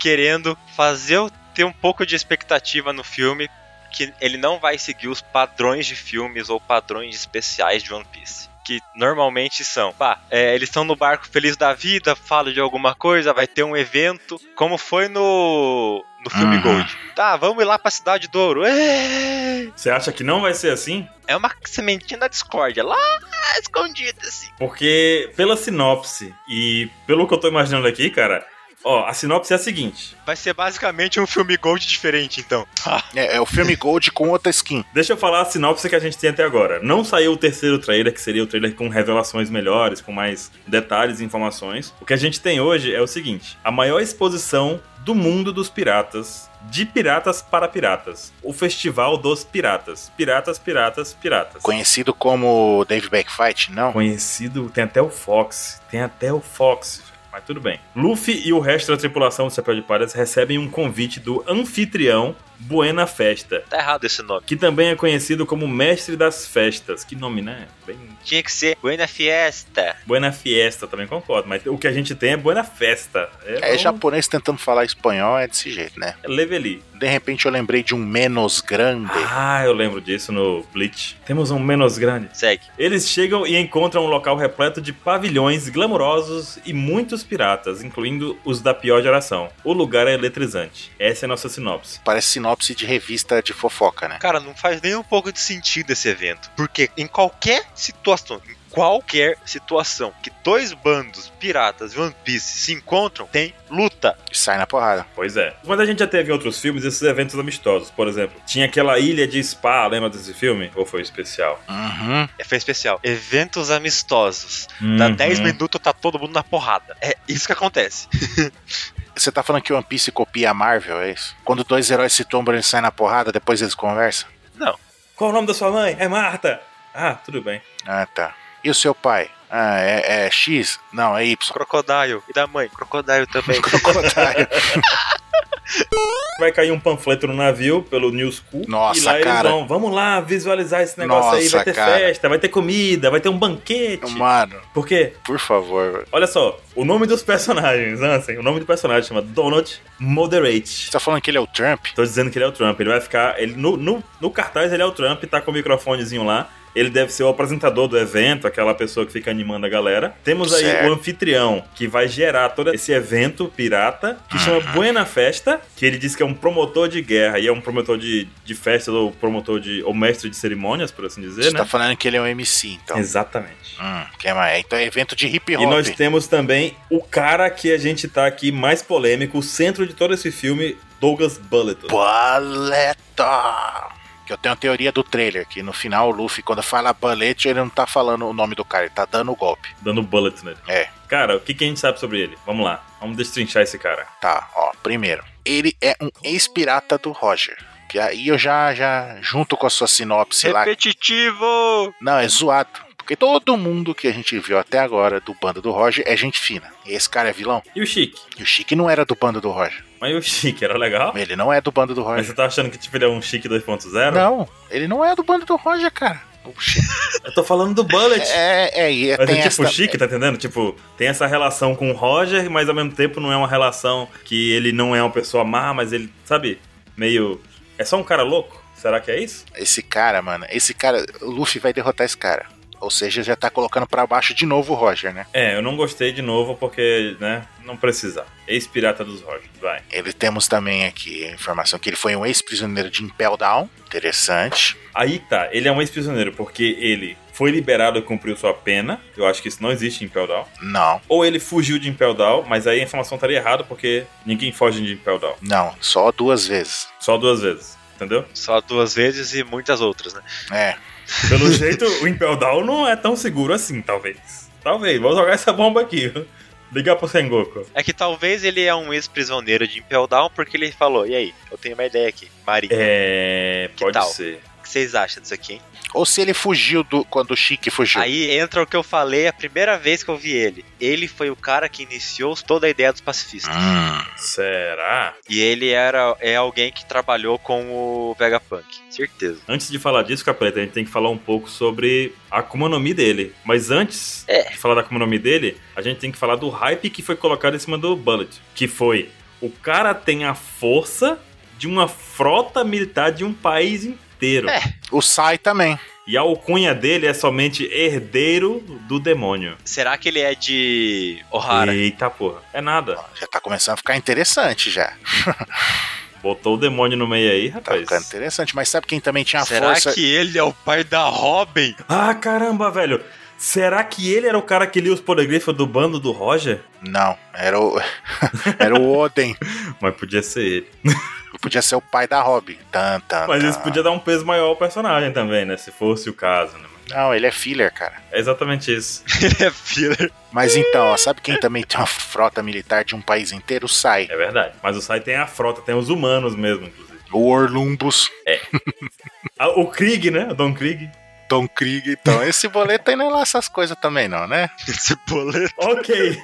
[SPEAKER 3] querendo fazer eu ter um pouco de expectativa no filme, que ele não vai seguir os padrões de filmes ou padrões especiais de One Piece. Que normalmente são. Pá, é, eles estão no barco feliz da vida, falam de alguma coisa, vai ter um evento, como foi no, no filme
[SPEAKER 2] Uhum.
[SPEAKER 3] Gold. Tá, vamos ir lá pra Cidade do Ouro. É,
[SPEAKER 1] Você acha que não vai ser assim?
[SPEAKER 3] é uma sementinha da discórdia, lá escondida assim.
[SPEAKER 1] Porque, pela sinopse e pelo que eu tô imaginando aqui, cara, ó, a sinopse é a seguinte.
[SPEAKER 3] Vai ser basicamente um filme Gold diferente, então.
[SPEAKER 2] É, é o (laughs) filme Gold com outra skin.
[SPEAKER 1] Deixa eu falar a sinopse que a gente tem até agora. Não saiu o terceiro trailer, que seria o trailer com revelações melhores, com mais detalhes e informações. O que a gente tem hoje é o seguinte: a maior exposição do mundo dos piratas, de piratas para piratas. O Festival dos Piratas. Piratas, piratas, piratas.
[SPEAKER 2] Conhecido como Dave Backfight, não?
[SPEAKER 1] Conhecido, tem até o Fox. Tem até o Fox. Mas tudo bem. Luffy e o resto da tripulação do Chapéu de Palhas recebem um convite do anfitrião Buena Festa,
[SPEAKER 3] Tá errado esse nome.
[SPEAKER 1] que também é conhecido como Mestre das Festas. Que nome, né? Bem...
[SPEAKER 3] Tinha que ser Buena Fiesta.
[SPEAKER 1] Buena Fiesta, também concordo, mas o que a gente tem é Buena Festa.
[SPEAKER 2] É
[SPEAKER 1] um
[SPEAKER 2] japonês tentando falar espanhol, é desse jeito, né?
[SPEAKER 1] Leveli.
[SPEAKER 2] De repente eu lembrei de um Menos Grande.
[SPEAKER 1] Ah, eu lembro disso no Bleach. Temos um menos grande.
[SPEAKER 3] Segue.
[SPEAKER 1] Eles chegam e encontram um local repleto de pavilhões glamurosos e muitos piratas, incluindo os da pior geração. O lugar é eletrizante. Essa é a nossa sinopse.
[SPEAKER 2] Parece sinopse de revista de fofoca, né?
[SPEAKER 3] Cara, não faz nem um pouco de sentido esse evento. Porque em qualquer situação, em qualquer situação que dois bandos, piratas e One Piece, se encontram, tem luta.
[SPEAKER 2] E sai na porrada.
[SPEAKER 1] Pois é. Mas a gente já teve em outros filmes esses eventos amistosos. Por exemplo, tinha aquela ilha de Spa, lembra desse filme? Ou foi especial?
[SPEAKER 2] Uhum.
[SPEAKER 3] É foi especial. Eventos amistosos. Dá 10
[SPEAKER 1] Uhum.
[SPEAKER 3] minutos, tá todo mundo na porrada. É isso que acontece.
[SPEAKER 2] Você tá falando que One Piece copia a Marvel, é isso? Quando dois heróis se tombam, eles saem na porrada, depois eles conversam?
[SPEAKER 1] Qual o nome da sua mãe? É Marta! Ah, tudo bem.
[SPEAKER 2] Ah, tá. E o seu pai? Ah, é, é X? Não, é Y. (laughs)
[SPEAKER 3] Crocodile. E da mãe? Crocodile
[SPEAKER 1] (laughs)
[SPEAKER 3] também.
[SPEAKER 2] Crocodile.
[SPEAKER 1] Vai cair um panfleto no navio pelo News School.
[SPEAKER 2] Nossa,
[SPEAKER 1] e lá
[SPEAKER 2] cara.
[SPEAKER 1] eles vão, vamos lá visualizar esse negócio aí.
[SPEAKER 2] Nossa,
[SPEAKER 1] Vai ter
[SPEAKER 2] cara. É
[SPEAKER 1] festa, vai ter comida, vai ter um banquete.
[SPEAKER 2] Mano,
[SPEAKER 1] Por quê?
[SPEAKER 2] por favor, velho.
[SPEAKER 1] Olha só, o nome dos personagens, Ansem, o nome do personagem chama Donald Moderate.
[SPEAKER 2] Você tá falando que ele é o Trump?
[SPEAKER 1] Tô dizendo que ele é o Trump, ele vai ficar. Ele, no, no, no cartaz ele é o Trump, tá com o microfonezinho lá. Ele deve ser o apresentador do evento, aquela pessoa que fica animando a galera. Temos aí
[SPEAKER 2] Certo.
[SPEAKER 1] o anfitrião, que vai gerar todo esse evento pirata, que chama Buena Festa, que ele diz que é um promotor de guerra, e é um promotor de, de festas, ou promotor de. ou mestre de cerimônias, por assim dizer,
[SPEAKER 2] Você
[SPEAKER 1] né?
[SPEAKER 2] tá falando que ele é um MC, então.
[SPEAKER 1] Exatamente.
[SPEAKER 2] Hum, que mais? Então é evento de hip hop.
[SPEAKER 1] E nós temos também o cara que a gente tá aqui mais polêmico, o centro de todo esse filme, Douglas Bulleton.
[SPEAKER 2] Paleta! Que eu tenho a teoria do trailer, que no final o Luffy, quando fala balete, ele não tá falando o nome do cara, ele tá dando o golpe.
[SPEAKER 1] Dando bullet nele.
[SPEAKER 2] É.
[SPEAKER 1] Cara, o que, que a gente sabe sobre ele? Vamos lá, vamos destrinchar esse cara.
[SPEAKER 2] Tá, ó, primeiro, ele é um ex-pirata do Roger. Que aí eu já, já, junto com a sua sinopse lá.
[SPEAKER 3] Repetitivo!
[SPEAKER 2] Não, é zoado. Porque todo mundo que a gente viu até agora do bando do Roger é gente fina. E esse cara é vilão.
[SPEAKER 1] E o Chique?
[SPEAKER 2] E o Chique não era do bando do Roger.
[SPEAKER 1] Mas e o Chique era legal?
[SPEAKER 2] Ele não é do bando do
[SPEAKER 1] Mas
[SPEAKER 2] Roger.
[SPEAKER 1] você tá achando que tipo, ele é um Chique 2.0?
[SPEAKER 2] Não, ele não é do bando do Roger, cara. O Chique-
[SPEAKER 1] Eu tô falando do Bullet.
[SPEAKER 2] É, é, e é,
[SPEAKER 1] Mas
[SPEAKER 2] tem
[SPEAKER 1] é tipo
[SPEAKER 2] essa...
[SPEAKER 1] chique, tá entendendo? Tipo, tem essa relação com o Roger, mas ao mesmo tempo não é uma relação que ele não é uma pessoa má, mas ele, sabe, meio. É só um cara louco? Será que é isso?
[SPEAKER 2] Esse cara, mano, esse cara, o Luffy vai derrotar esse cara. Ou seja, já tá colocando pra baixo de novo o Roger, né?
[SPEAKER 1] É, eu não gostei de novo porque, né, não precisava. Ex-pirata dos Rogers, vai.
[SPEAKER 2] Ele temos também aqui a informação que ele foi um ex-prisioneiro de Impel Down. Interessante.
[SPEAKER 1] Aí tá, ele é um ex-prisioneiro porque ele foi liberado e cumpriu sua pena. Eu acho que isso não existe em Impel Down.
[SPEAKER 2] Não,
[SPEAKER 1] Ou ele fugiu de Impel Down, mas aí a informação estaria errada porque ninguém foge de Impel Down.
[SPEAKER 2] não, só duas vezes.
[SPEAKER 1] Só duas vezes, entendeu?
[SPEAKER 3] Só duas vezes e muitas outras, né?
[SPEAKER 2] É,
[SPEAKER 1] Pelo jeito, o Impel Down não é tão seguro assim, talvez. Talvez, vou jogar essa bomba aqui. (laughs) Ligar pro Sengoku.
[SPEAKER 3] É que talvez ele é um ex-prisioneiro de Impel Down porque ele falou, e aí, eu tenho uma ideia aqui, Mari,
[SPEAKER 1] É.
[SPEAKER 3] Que
[SPEAKER 1] Pode
[SPEAKER 3] tal?
[SPEAKER 1] ser.
[SPEAKER 3] o que vocês acham disso aqui, hein?
[SPEAKER 2] Ou se ele fugiu do, quando o Chique fugiu.
[SPEAKER 3] Aí entra o que eu falei a primeira vez que eu vi ele. Ele foi o cara que iniciou toda a ideia dos pacifistas.
[SPEAKER 2] Hum,
[SPEAKER 1] Será?
[SPEAKER 3] E ele era é alguém que trabalhou com o Vegapunk, certeza.
[SPEAKER 1] Antes de falar disso, Capeta, a gente tem que falar um pouco sobre a Akuma no Mi dele. Mas antes
[SPEAKER 3] É.
[SPEAKER 1] de falar da Akuma no Mi dele, a gente tem que falar do hype que foi colocado em cima do Bullet. Que foi, o cara tem a força de uma frota militar de um país inteiro.
[SPEAKER 2] o Sai também.
[SPEAKER 1] E a alcunha dele é somente herdeiro do demônio.
[SPEAKER 3] Será que ele é de Ohara?
[SPEAKER 1] Eita porra. É nada.
[SPEAKER 2] Ó, Já tá começando a ficar interessante já.
[SPEAKER 1] Botou o demônio no meio aí,
[SPEAKER 2] Tá
[SPEAKER 1] rapaz.
[SPEAKER 2] ficando interessante. Mas sabe quem também tinha
[SPEAKER 3] Será
[SPEAKER 2] força?
[SPEAKER 3] que ele é o pai da Robin?
[SPEAKER 1] Ah, caramba, velho. Será que ele era o cara que lia os poligrafos do bando do Roger?
[SPEAKER 2] Não, era o, (laughs) era o Oden.
[SPEAKER 1] Mas podia ser ele.
[SPEAKER 2] Podia ser o pai da Robin. Tan, tan,
[SPEAKER 1] Mas
[SPEAKER 2] tan.
[SPEAKER 1] isso podia dar um peso maior ao personagem também, né? Se fosse o caso, né?
[SPEAKER 2] Não, ele é filler, cara.
[SPEAKER 1] É exatamente isso.
[SPEAKER 3] (laughs) ele é filler.
[SPEAKER 2] Mas então, ó, sabe quem também tem uma frota militar de um país inteiro? O Sai.
[SPEAKER 1] É verdade. Mas o Sai tem a frota, tem os humanos mesmo, inclusive.
[SPEAKER 2] O Orlumbus.
[SPEAKER 1] Ah, o Krieg, né? O Don Krieg.
[SPEAKER 2] Don Krieg. Então, esse boleto aí não é lá essas coisas também, não, né?
[SPEAKER 3] Esse boleto.
[SPEAKER 1] Ok.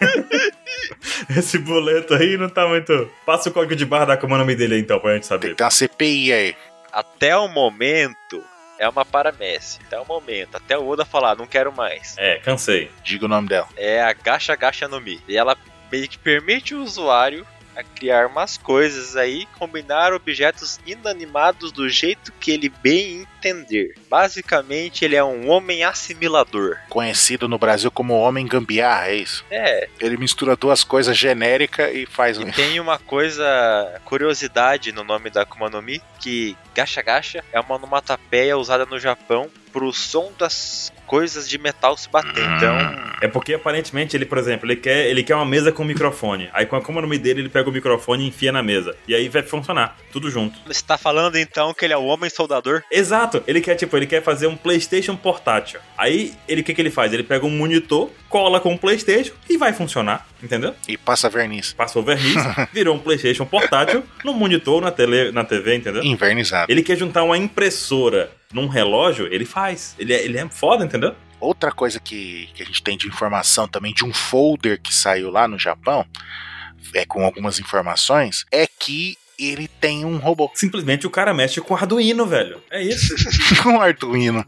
[SPEAKER 1] (laughs) Esse boleto aí não tá muito. Passa o código de barra da Akuma no Mi dele aí, então, pra gente
[SPEAKER 2] Tem que
[SPEAKER 1] saber.
[SPEAKER 2] ter uma CPI aí.
[SPEAKER 3] Até o momento é uma paramécia. Até o momento, até o Oda falar, não quero mais.
[SPEAKER 1] É, cansei.
[SPEAKER 2] Diga o nome dela.
[SPEAKER 3] é a Gacha Gacha no Mi. E ela meio que permite o usuário a criar umas coisas aí, combinar objetos inanimados do jeito que ele bem entender. Basicamente, ele é um homem assimilador.
[SPEAKER 2] Conhecido no Brasil como Homem Gambiarra, é isso?
[SPEAKER 3] É,
[SPEAKER 2] Ele mistura duas coisas genéricas e faz um.
[SPEAKER 3] e tem uma coisa, curiosidade no nome da Akuma no Mi, que Gacha Gacha é uma onomatopeia usada no Japão pro som das coisas de metal se bater. Então,
[SPEAKER 1] É porque aparentemente ele, por exemplo, ele quer, ele quer uma mesa com microfone. Aí com a Akuma no Mi dele, ele pega o microfone e enfia na mesa. E aí vai funcionar. Tudo junto.
[SPEAKER 3] você tá falando então que ele é o homem soldador?
[SPEAKER 1] Exato, ele quer tipo, ele quer fazer um PlayStation portátil. Aí ele o que, que ele faz? Ele pega um monitor, cola com o PlayStation e vai funcionar, entendeu?
[SPEAKER 2] E passa verniz.
[SPEAKER 1] Passou verniz, virou um PlayStation portátil no monitor, na tele, na TV, entendeu?
[SPEAKER 2] Invernizado.
[SPEAKER 1] Ele quer juntar uma impressora num relógio, ele faz. Ele é, ele é foda, entendeu?
[SPEAKER 2] Outra coisa que, que a gente tem de informação também de um folder que saiu lá no Japão, é com algumas informações, é que ele tem um robô. (laughs)
[SPEAKER 1] Simplesmente o cara mexe com o Arduino, velho. É isso.
[SPEAKER 2] um Arduino.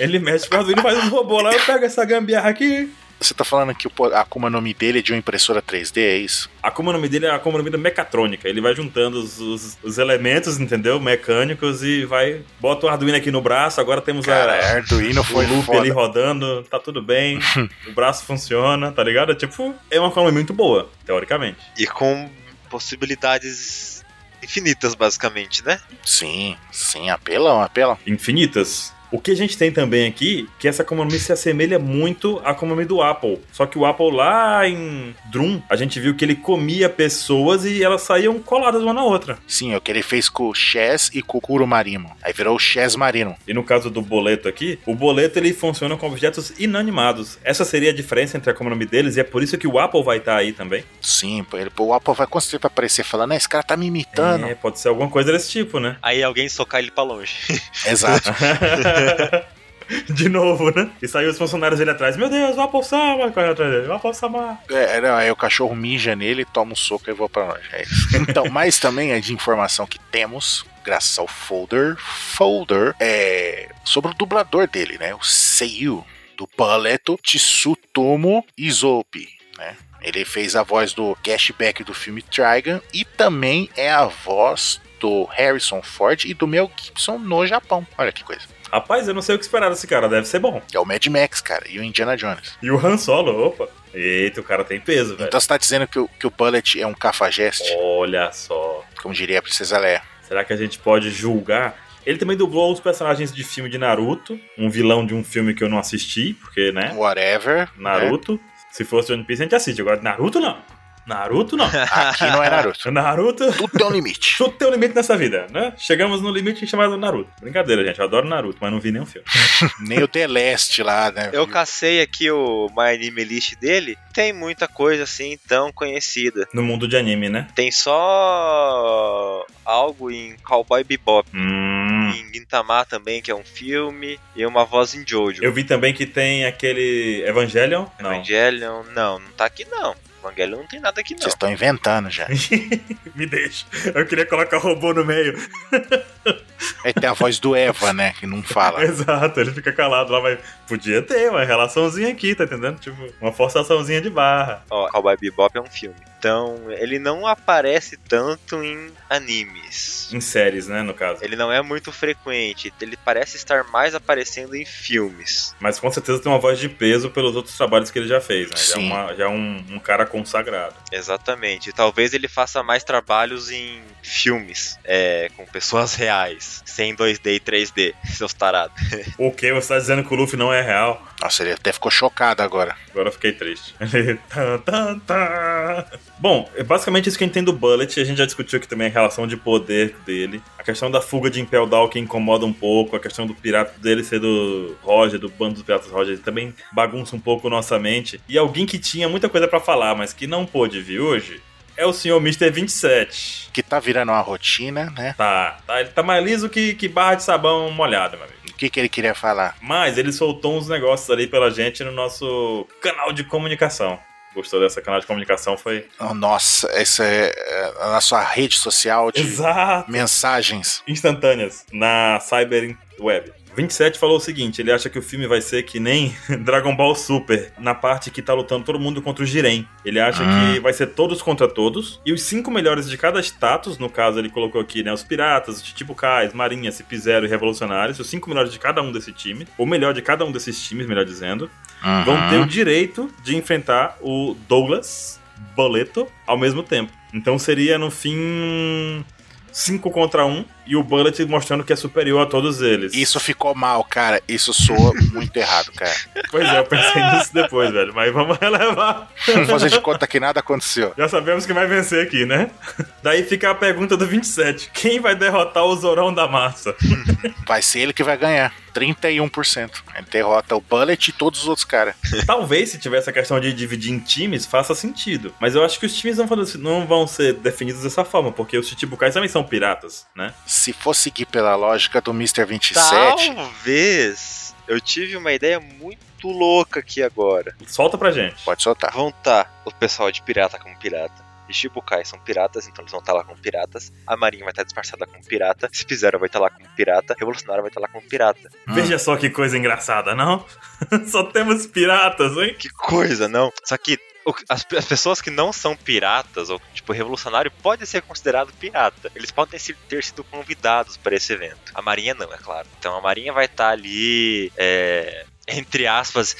[SPEAKER 1] Ele mexe com o Arduino, faz um robô lá, eu pego essa gambiarra aqui.
[SPEAKER 2] Você tá falando que o po- a Akuma no Mi dele é de uma impressora 3D, é isso?
[SPEAKER 1] A Akuma no Mi dele é a Akuma no Mi da mecatrônica. Ele vai juntando os, os- os elementos, entendeu? Mecânicos e vai. Bota o Arduino aqui no braço. Agora temos
[SPEAKER 2] Cara,
[SPEAKER 1] a,
[SPEAKER 2] Arduino foi
[SPEAKER 1] o loop
[SPEAKER 2] foda.
[SPEAKER 1] ali rodando. Tá tudo bem. o braço funciona, tá ligado? É Tipo, é uma forma muito boa, teoricamente.
[SPEAKER 3] E com possibilidades infinitas, basicamente, né?
[SPEAKER 2] Sim, sim, apelão, apelão.
[SPEAKER 1] Infinitas. O que a gente tem também aqui, que essa Akuma no Mi se assemelha muito à Akuma no Mi do Apple. Só que o Apple lá em Drum, a gente viu que ele comia pessoas e elas saíam coladas uma na outra.
[SPEAKER 2] Sim, é o que ele fez com o Chess e com o Kuro Marimo. Aí virou o Chess Marino.
[SPEAKER 1] E no caso do boleto aqui, o boleto ele funciona com objetos inanimados. Essa seria a diferença entre a economia deles e é por isso que o Apple vai estar aí também.
[SPEAKER 2] Sim, pô, ele, pô, o Apple vai conseguir pra aparecer falando, "Ah, esse cara tá me imitando.
[SPEAKER 1] É, pode ser alguma coisa desse tipo, né? (laughs)
[SPEAKER 3] Aí alguém socar ele pra longe.
[SPEAKER 1] É.
[SPEAKER 2] Exato.
[SPEAKER 1] De novo, né? E saiu os funcionários dele atrás. Meu Deus, o Apple Sama! Corre atrás dele. O Apple Sama!
[SPEAKER 2] É, não, aí o cachorro mija nele, toma um soco e voa pra longe. É isso. Então, mas também é de informação que temos, graças ao folder, folder, é sobre o dublador dele, né? O Seiyu, do Paleto Tsutomu Izope, né? Ele fez a voz do cashback do filme Trigun e também é a voz do Harrison Ford e do Mel Gibson no Japão. Olha que coisa.
[SPEAKER 1] Rapaz, eu não sei o que esperar desse cara, deve ser bom.
[SPEAKER 2] É o Mad Max, cara, e o Indiana Jones.
[SPEAKER 1] E o Han Solo, opa. Eita, o cara tem peso, velho.
[SPEAKER 2] Então você tá dizendo que o, que o Bullet é um cafajeste,
[SPEAKER 1] Olha só.
[SPEAKER 2] como diria a Princesa Leia.
[SPEAKER 1] Será que a gente pode julgar? Ele também dublou os personagens de filme de Naruto, um vilão de um filme que eu não assisti, porque, né?
[SPEAKER 2] Whatever. né?
[SPEAKER 1] Naruto. Se fosse One Piece, a gente assiste. Agora, Naruto não. Naruto não.
[SPEAKER 2] Aqui não é Naruto.
[SPEAKER 1] Naruto.
[SPEAKER 2] (laughs) Tudo tem um limite.
[SPEAKER 1] Tudo tem um limite nessa vida, né? Chegamos no limite chamado Naruto. Brincadeira, gente. Eu adoro Naruto, mas não vi nenhum filme.
[SPEAKER 2] Nem o The Last lá, né?
[SPEAKER 3] Eu cacei aqui o My Anime List dele. Tem muita coisa assim tão conhecida.
[SPEAKER 1] No mundo de anime, né?
[SPEAKER 3] Tem só algo em Cowboy Bebop.
[SPEAKER 1] Hum.
[SPEAKER 3] Em Gintama também, que é um filme. E uma voz em Jojo.
[SPEAKER 1] Eu vi também que tem aquele Evangelion. Não.
[SPEAKER 3] Evangelion. Não, não tá aqui não. Evangelion não tem nada aqui não.
[SPEAKER 2] Vocês estão inventando já.
[SPEAKER 1] (laughs) Me deixa. Eu queria colocar robô no meio.
[SPEAKER 2] Aí tem a voz do Eva, né? Que não fala.
[SPEAKER 1] Exato, ele fica calado lá, mas podia ter uma relaçãozinha aqui, tá entendendo? Tipo, uma forçaçãozinha de barra.
[SPEAKER 3] Ó, Cowboy Bebop é um filme. Então, ele não aparece tanto em animes.
[SPEAKER 1] Em séries, né, no caso.
[SPEAKER 3] Ele não é muito frequente. Ele parece estar mais aparecendo em filmes.
[SPEAKER 1] Mas com certeza tem uma voz de peso pelos outros trabalhos que ele já fez, né? Já é,
[SPEAKER 2] Sim.
[SPEAKER 1] uma- já é um, um cara consagrado.
[SPEAKER 3] Exatamente. Talvez ele faça mais trabalhos em filmes, é, com pessoas reais, sem 2D e 3D, (laughs) seus tarados.
[SPEAKER 1] O que você tá dizendo que o Luffy não é real?
[SPEAKER 2] Nossa, ele até ficou chocado agora.
[SPEAKER 1] Agora eu fiquei triste. (laughs) Tan, tan, tan. Bom, é basicamente isso que a gente tem do Bullet. A gente já discutiu aqui também a relação de poder dele. A questão da fuga de Impel Down que incomoda um pouco. A questão do pirata dele ser do Roger, do bando dos piratas Roger, também bagunça um pouco nossa mente. E alguém que tinha muita coisa pra falar, mas que não pôde vir hoje, é o senhor Mr. 27.
[SPEAKER 2] Que tá virando uma rotina, né?
[SPEAKER 1] Tá, tá, ele tá mais liso que, que barra de sabão molhada, meu amigo.
[SPEAKER 2] O que, que ele queria falar?
[SPEAKER 1] Mas ele soltou uns negócios ali pela gente no nosso canal de comunicação. Gostou dessa canal de comunicação? Foi.
[SPEAKER 2] Oh, Nossa, essa é é, na sua rede social de
[SPEAKER 1] Exato!
[SPEAKER 2] mensagens.
[SPEAKER 1] Instantâneas na Cyber Web. 27 falou o seguinte: ele acha que o filme vai ser que nem (laughs) Dragon Ball Super, na parte que tá lutando todo mundo contra o Jiren. Ele acha
[SPEAKER 2] Ah.
[SPEAKER 1] que vai ser todos contra todos, e os cinco melhores de cada status, no caso ele colocou aqui, né? Os piratas, os Chichibucais, Marinhas, Cip Zero e Revolucionários, os cinco melhores de cada um desse time, ou melhor, de cada um desses times, melhor dizendo,
[SPEAKER 2] Uhum.
[SPEAKER 1] vão ter um o direito de enfrentar o Douglas Boleto ao mesmo tempo. Então seria no fim 5 contra 1 um, e o Bullet mostrando que é superior a todos eles.
[SPEAKER 2] Isso ficou mal, cara. Isso soa muito errado, cara.
[SPEAKER 1] Pois é, eu pensei (laughs) nisso depois, velho. Mas vamos (laughs) relevar.
[SPEAKER 2] Vamos fazer de conta que nada aconteceu.
[SPEAKER 1] Já sabemos quem vai vencer aqui, né? (laughs) Daí fica a pergunta do 27. Quem vai derrotar o Zorão da Massa?
[SPEAKER 2] Vai ser ele que vai ganhar. 31%. Ele derrota o Bullet e todos os outros caras.
[SPEAKER 1] Talvez se tivesse a questão de dividir em times, faça sentido. Mas eu acho que os times não vão- não vão ser definidos dessa forma, porque os Chichibucais também são piratas, né?
[SPEAKER 2] Se for seguir pela lógica do Mr. 27,
[SPEAKER 3] Talvez eu tive uma ideia muito louca aqui agora.
[SPEAKER 1] Solta pra gente.
[SPEAKER 2] pode soltar.
[SPEAKER 3] Vão estar o pessoal de pirata como pirata. Os Shibukai são piratas, então eles vão estar lá como piratas. A Marinha vai estar disfarçada como pirata. Se fizeram, vai estar lá como pirata. Revolucionário vai estar lá como pirata.
[SPEAKER 1] Veja só que coisa engraçada, não? (laughs) Só temos piratas, hein?
[SPEAKER 3] Que coisa, não? Só que o- as, as pessoas que não são piratas, ou tipo revolucionário, podem ser considerado pirata. Eles podem ter sido, ter sido convidados para esse evento. A Marinha não, é claro. Então a Marinha vai estar ali. é, entre aspas,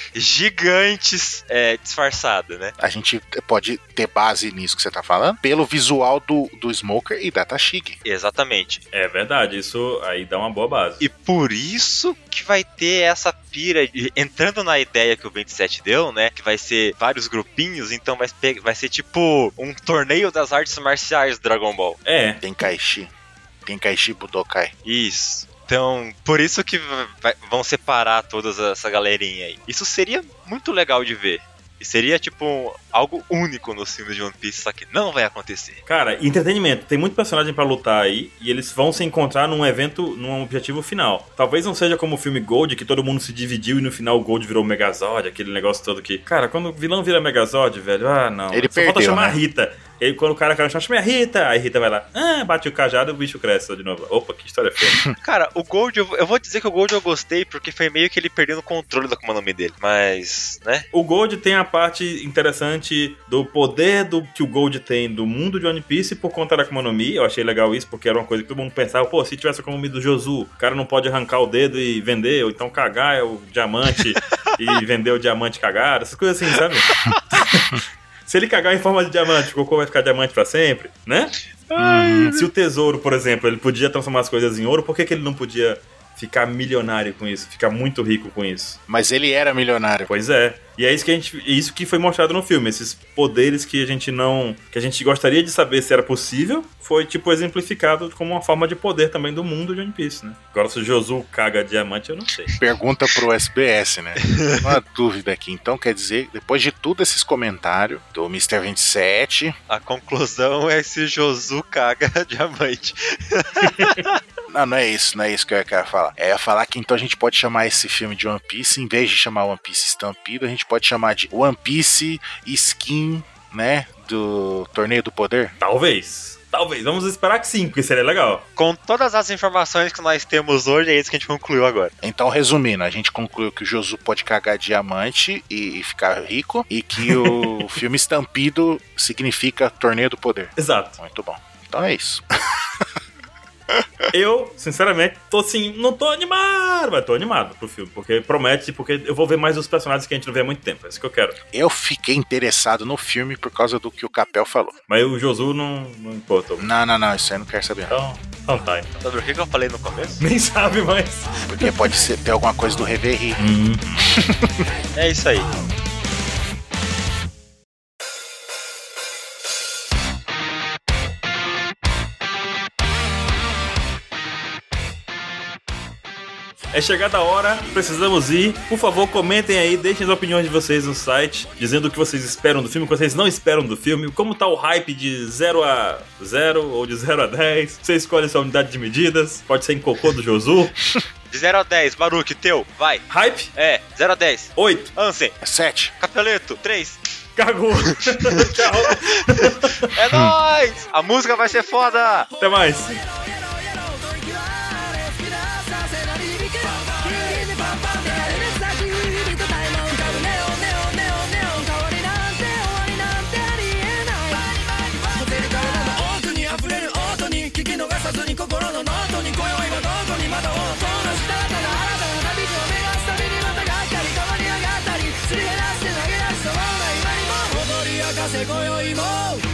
[SPEAKER 3] gigantes é, disfarçada, né?
[SPEAKER 2] A gente pode ter base nisso que você tá falando pelo visual do, do Smoker e da Tashig.
[SPEAKER 3] Exatamente.
[SPEAKER 1] É verdade, isso aí dá uma boa base.
[SPEAKER 3] E por isso que vai ter essa pira, de- entrando na ideia que o 27 deu, né? Que vai ser vários grupinhos, então vai, pe- vai ser tipo um torneio das artes marciais do Dragon Ball.
[SPEAKER 1] É,
[SPEAKER 2] Tem Kaishi. Tem Kaishi Budokai.
[SPEAKER 3] Isso. Então, por isso que vai- vão separar toda essa galerinha aí. Isso seria muito legal de ver. E seria, tipo, algo único no filme de One Piece, só que não vai acontecer.
[SPEAKER 1] cara, e entretenimento. Tem muito personagem pra lutar aí e eles vão se encontrar num evento, num objetivo final. Talvez não seja como o filme Gold, que todo mundo se dividiu e no final o Gold virou o Megazord, aquele negócio todo que. Cara, quando o vilão vira Megazord, velho, ah não.
[SPEAKER 2] Ele
[SPEAKER 1] Só falta
[SPEAKER 2] perdeu,
[SPEAKER 1] chamar
[SPEAKER 2] né?
[SPEAKER 1] a Rita. E aí quando o cara, o cara chama, chama a Rita, aí a Rita vai lá, ah, bate o cajado e o bicho cresce de novo. Opa, que história feia.
[SPEAKER 3] Cara, o Gold, eu eu vou dizer que o Gold eu gostei porque foi meio que ele perdendo o controle da Akuma no Mi dele. Mas, né?
[SPEAKER 1] o Gold tem a parte interessante do poder do que o Gold tem do mundo de One Piece por conta da Akuma no Mi. Eu achei legal isso porque era uma coisa que todo mundo pensava, pô, se tivesse a Akuma no Mi do Josu, o cara não pode arrancar o dedo e vender, ou então cagar o diamante e vender o diamante cagado, essas coisas assim, sabe? Se ele cagar em forma de diamante, o Goku vai ficar diamante pra sempre, né? Se o tesouro, por exemplo, ele podia transformar as coisas em ouro, por que, que ele não podia ficar milionário com isso? Ficar muito rico com isso?
[SPEAKER 2] Mas ele era milionário.
[SPEAKER 1] Pois é. E é isso que a gente, isso que foi mostrado no filme, esses poderes que a gente não, que a gente gostaria de saber se era possível, foi tipo exemplificado como uma forma de poder também do mundo de One Piece, né? Agora se o Josu caga diamante, eu não sei.
[SPEAKER 2] Pergunta pro SBS, né? Uma dúvida aqui. Então, quer dizer, depois de tudo esses comentários do Mr. 27,
[SPEAKER 3] A conclusão é se Josu caga (laughs) diamante.
[SPEAKER 2] não, não é isso, não é isso que eu quero falar. É falar que então a gente pode chamar esse filme de One Piece, em vez de chamar One Piece Estampido, a gente pode chamar de One Piece Skin, né? Do Torneio do Poder.
[SPEAKER 1] Talvez. Talvez, vamos esperar que sim, porque seria legal.
[SPEAKER 3] Com todas as informações que nós temos hoje, é isso que a gente concluiu agora.
[SPEAKER 2] Então, resumindo, a gente concluiu que o Josu pode cagar diamante e ficar rico, e que o filme Estampido significa Torneio do Poder.
[SPEAKER 1] Exato.
[SPEAKER 2] Muito bom. Então é isso.
[SPEAKER 1] Eu, sinceramente, tô assim, não tô animado, mas tô animado pro filme, porque promete, porque eu vou ver mais os personagens que a gente não vê há muito tempo, é isso que eu quero.
[SPEAKER 2] Eu fiquei interessado no filme por causa do que o Capel falou.
[SPEAKER 1] Mas o Josu não, não importa.
[SPEAKER 2] Não, não, não, isso aí eu não quero saber. não.
[SPEAKER 1] Então, então tá, então. (laughs)
[SPEAKER 3] Sobre o que que eu falei no começo?
[SPEAKER 1] Nem sabe mais.
[SPEAKER 2] Porque pode ser, ter alguma coisa do Reverie.
[SPEAKER 3] É isso aí.
[SPEAKER 1] É chegada a hora, precisamos ir. Por favor, comentem aí, deixem as opiniões de vocês no site, dizendo o que vocês esperam do filme, o que vocês não esperam do filme, como tá o hype de 0 a 0 ou de 0 a 10. Você escolhe sua unidade de medidas, pode ser em cocô do Josu.
[SPEAKER 3] De 0 a 10, Baruque, teu, vai.
[SPEAKER 1] Hype
[SPEAKER 3] É, 0 a 10.
[SPEAKER 1] 8.
[SPEAKER 3] Ansem,
[SPEAKER 2] Sete.
[SPEAKER 3] Capeleto, 3.
[SPEAKER 1] Cagou. (laughs) Tchau.
[SPEAKER 3] É nóis! A música vai ser foda!
[SPEAKER 1] Até mais.
[SPEAKER 4] 「ヘロヘロと息はれ吹き出させなりびき」「君にパンパンでやれる先君とタイム浮かぶネオンネオンネオンネオン」「変わりなんて終わりなんてありえない」「持てる体の奥に溢れる音に聞き逃さずに心のノートに今宵はどこにまだ音のしたただ新たな旅路を目指すたびにまたがったり変わり上がったりすり減らして投げ出しそうな今にも踊り明かせ今宵も」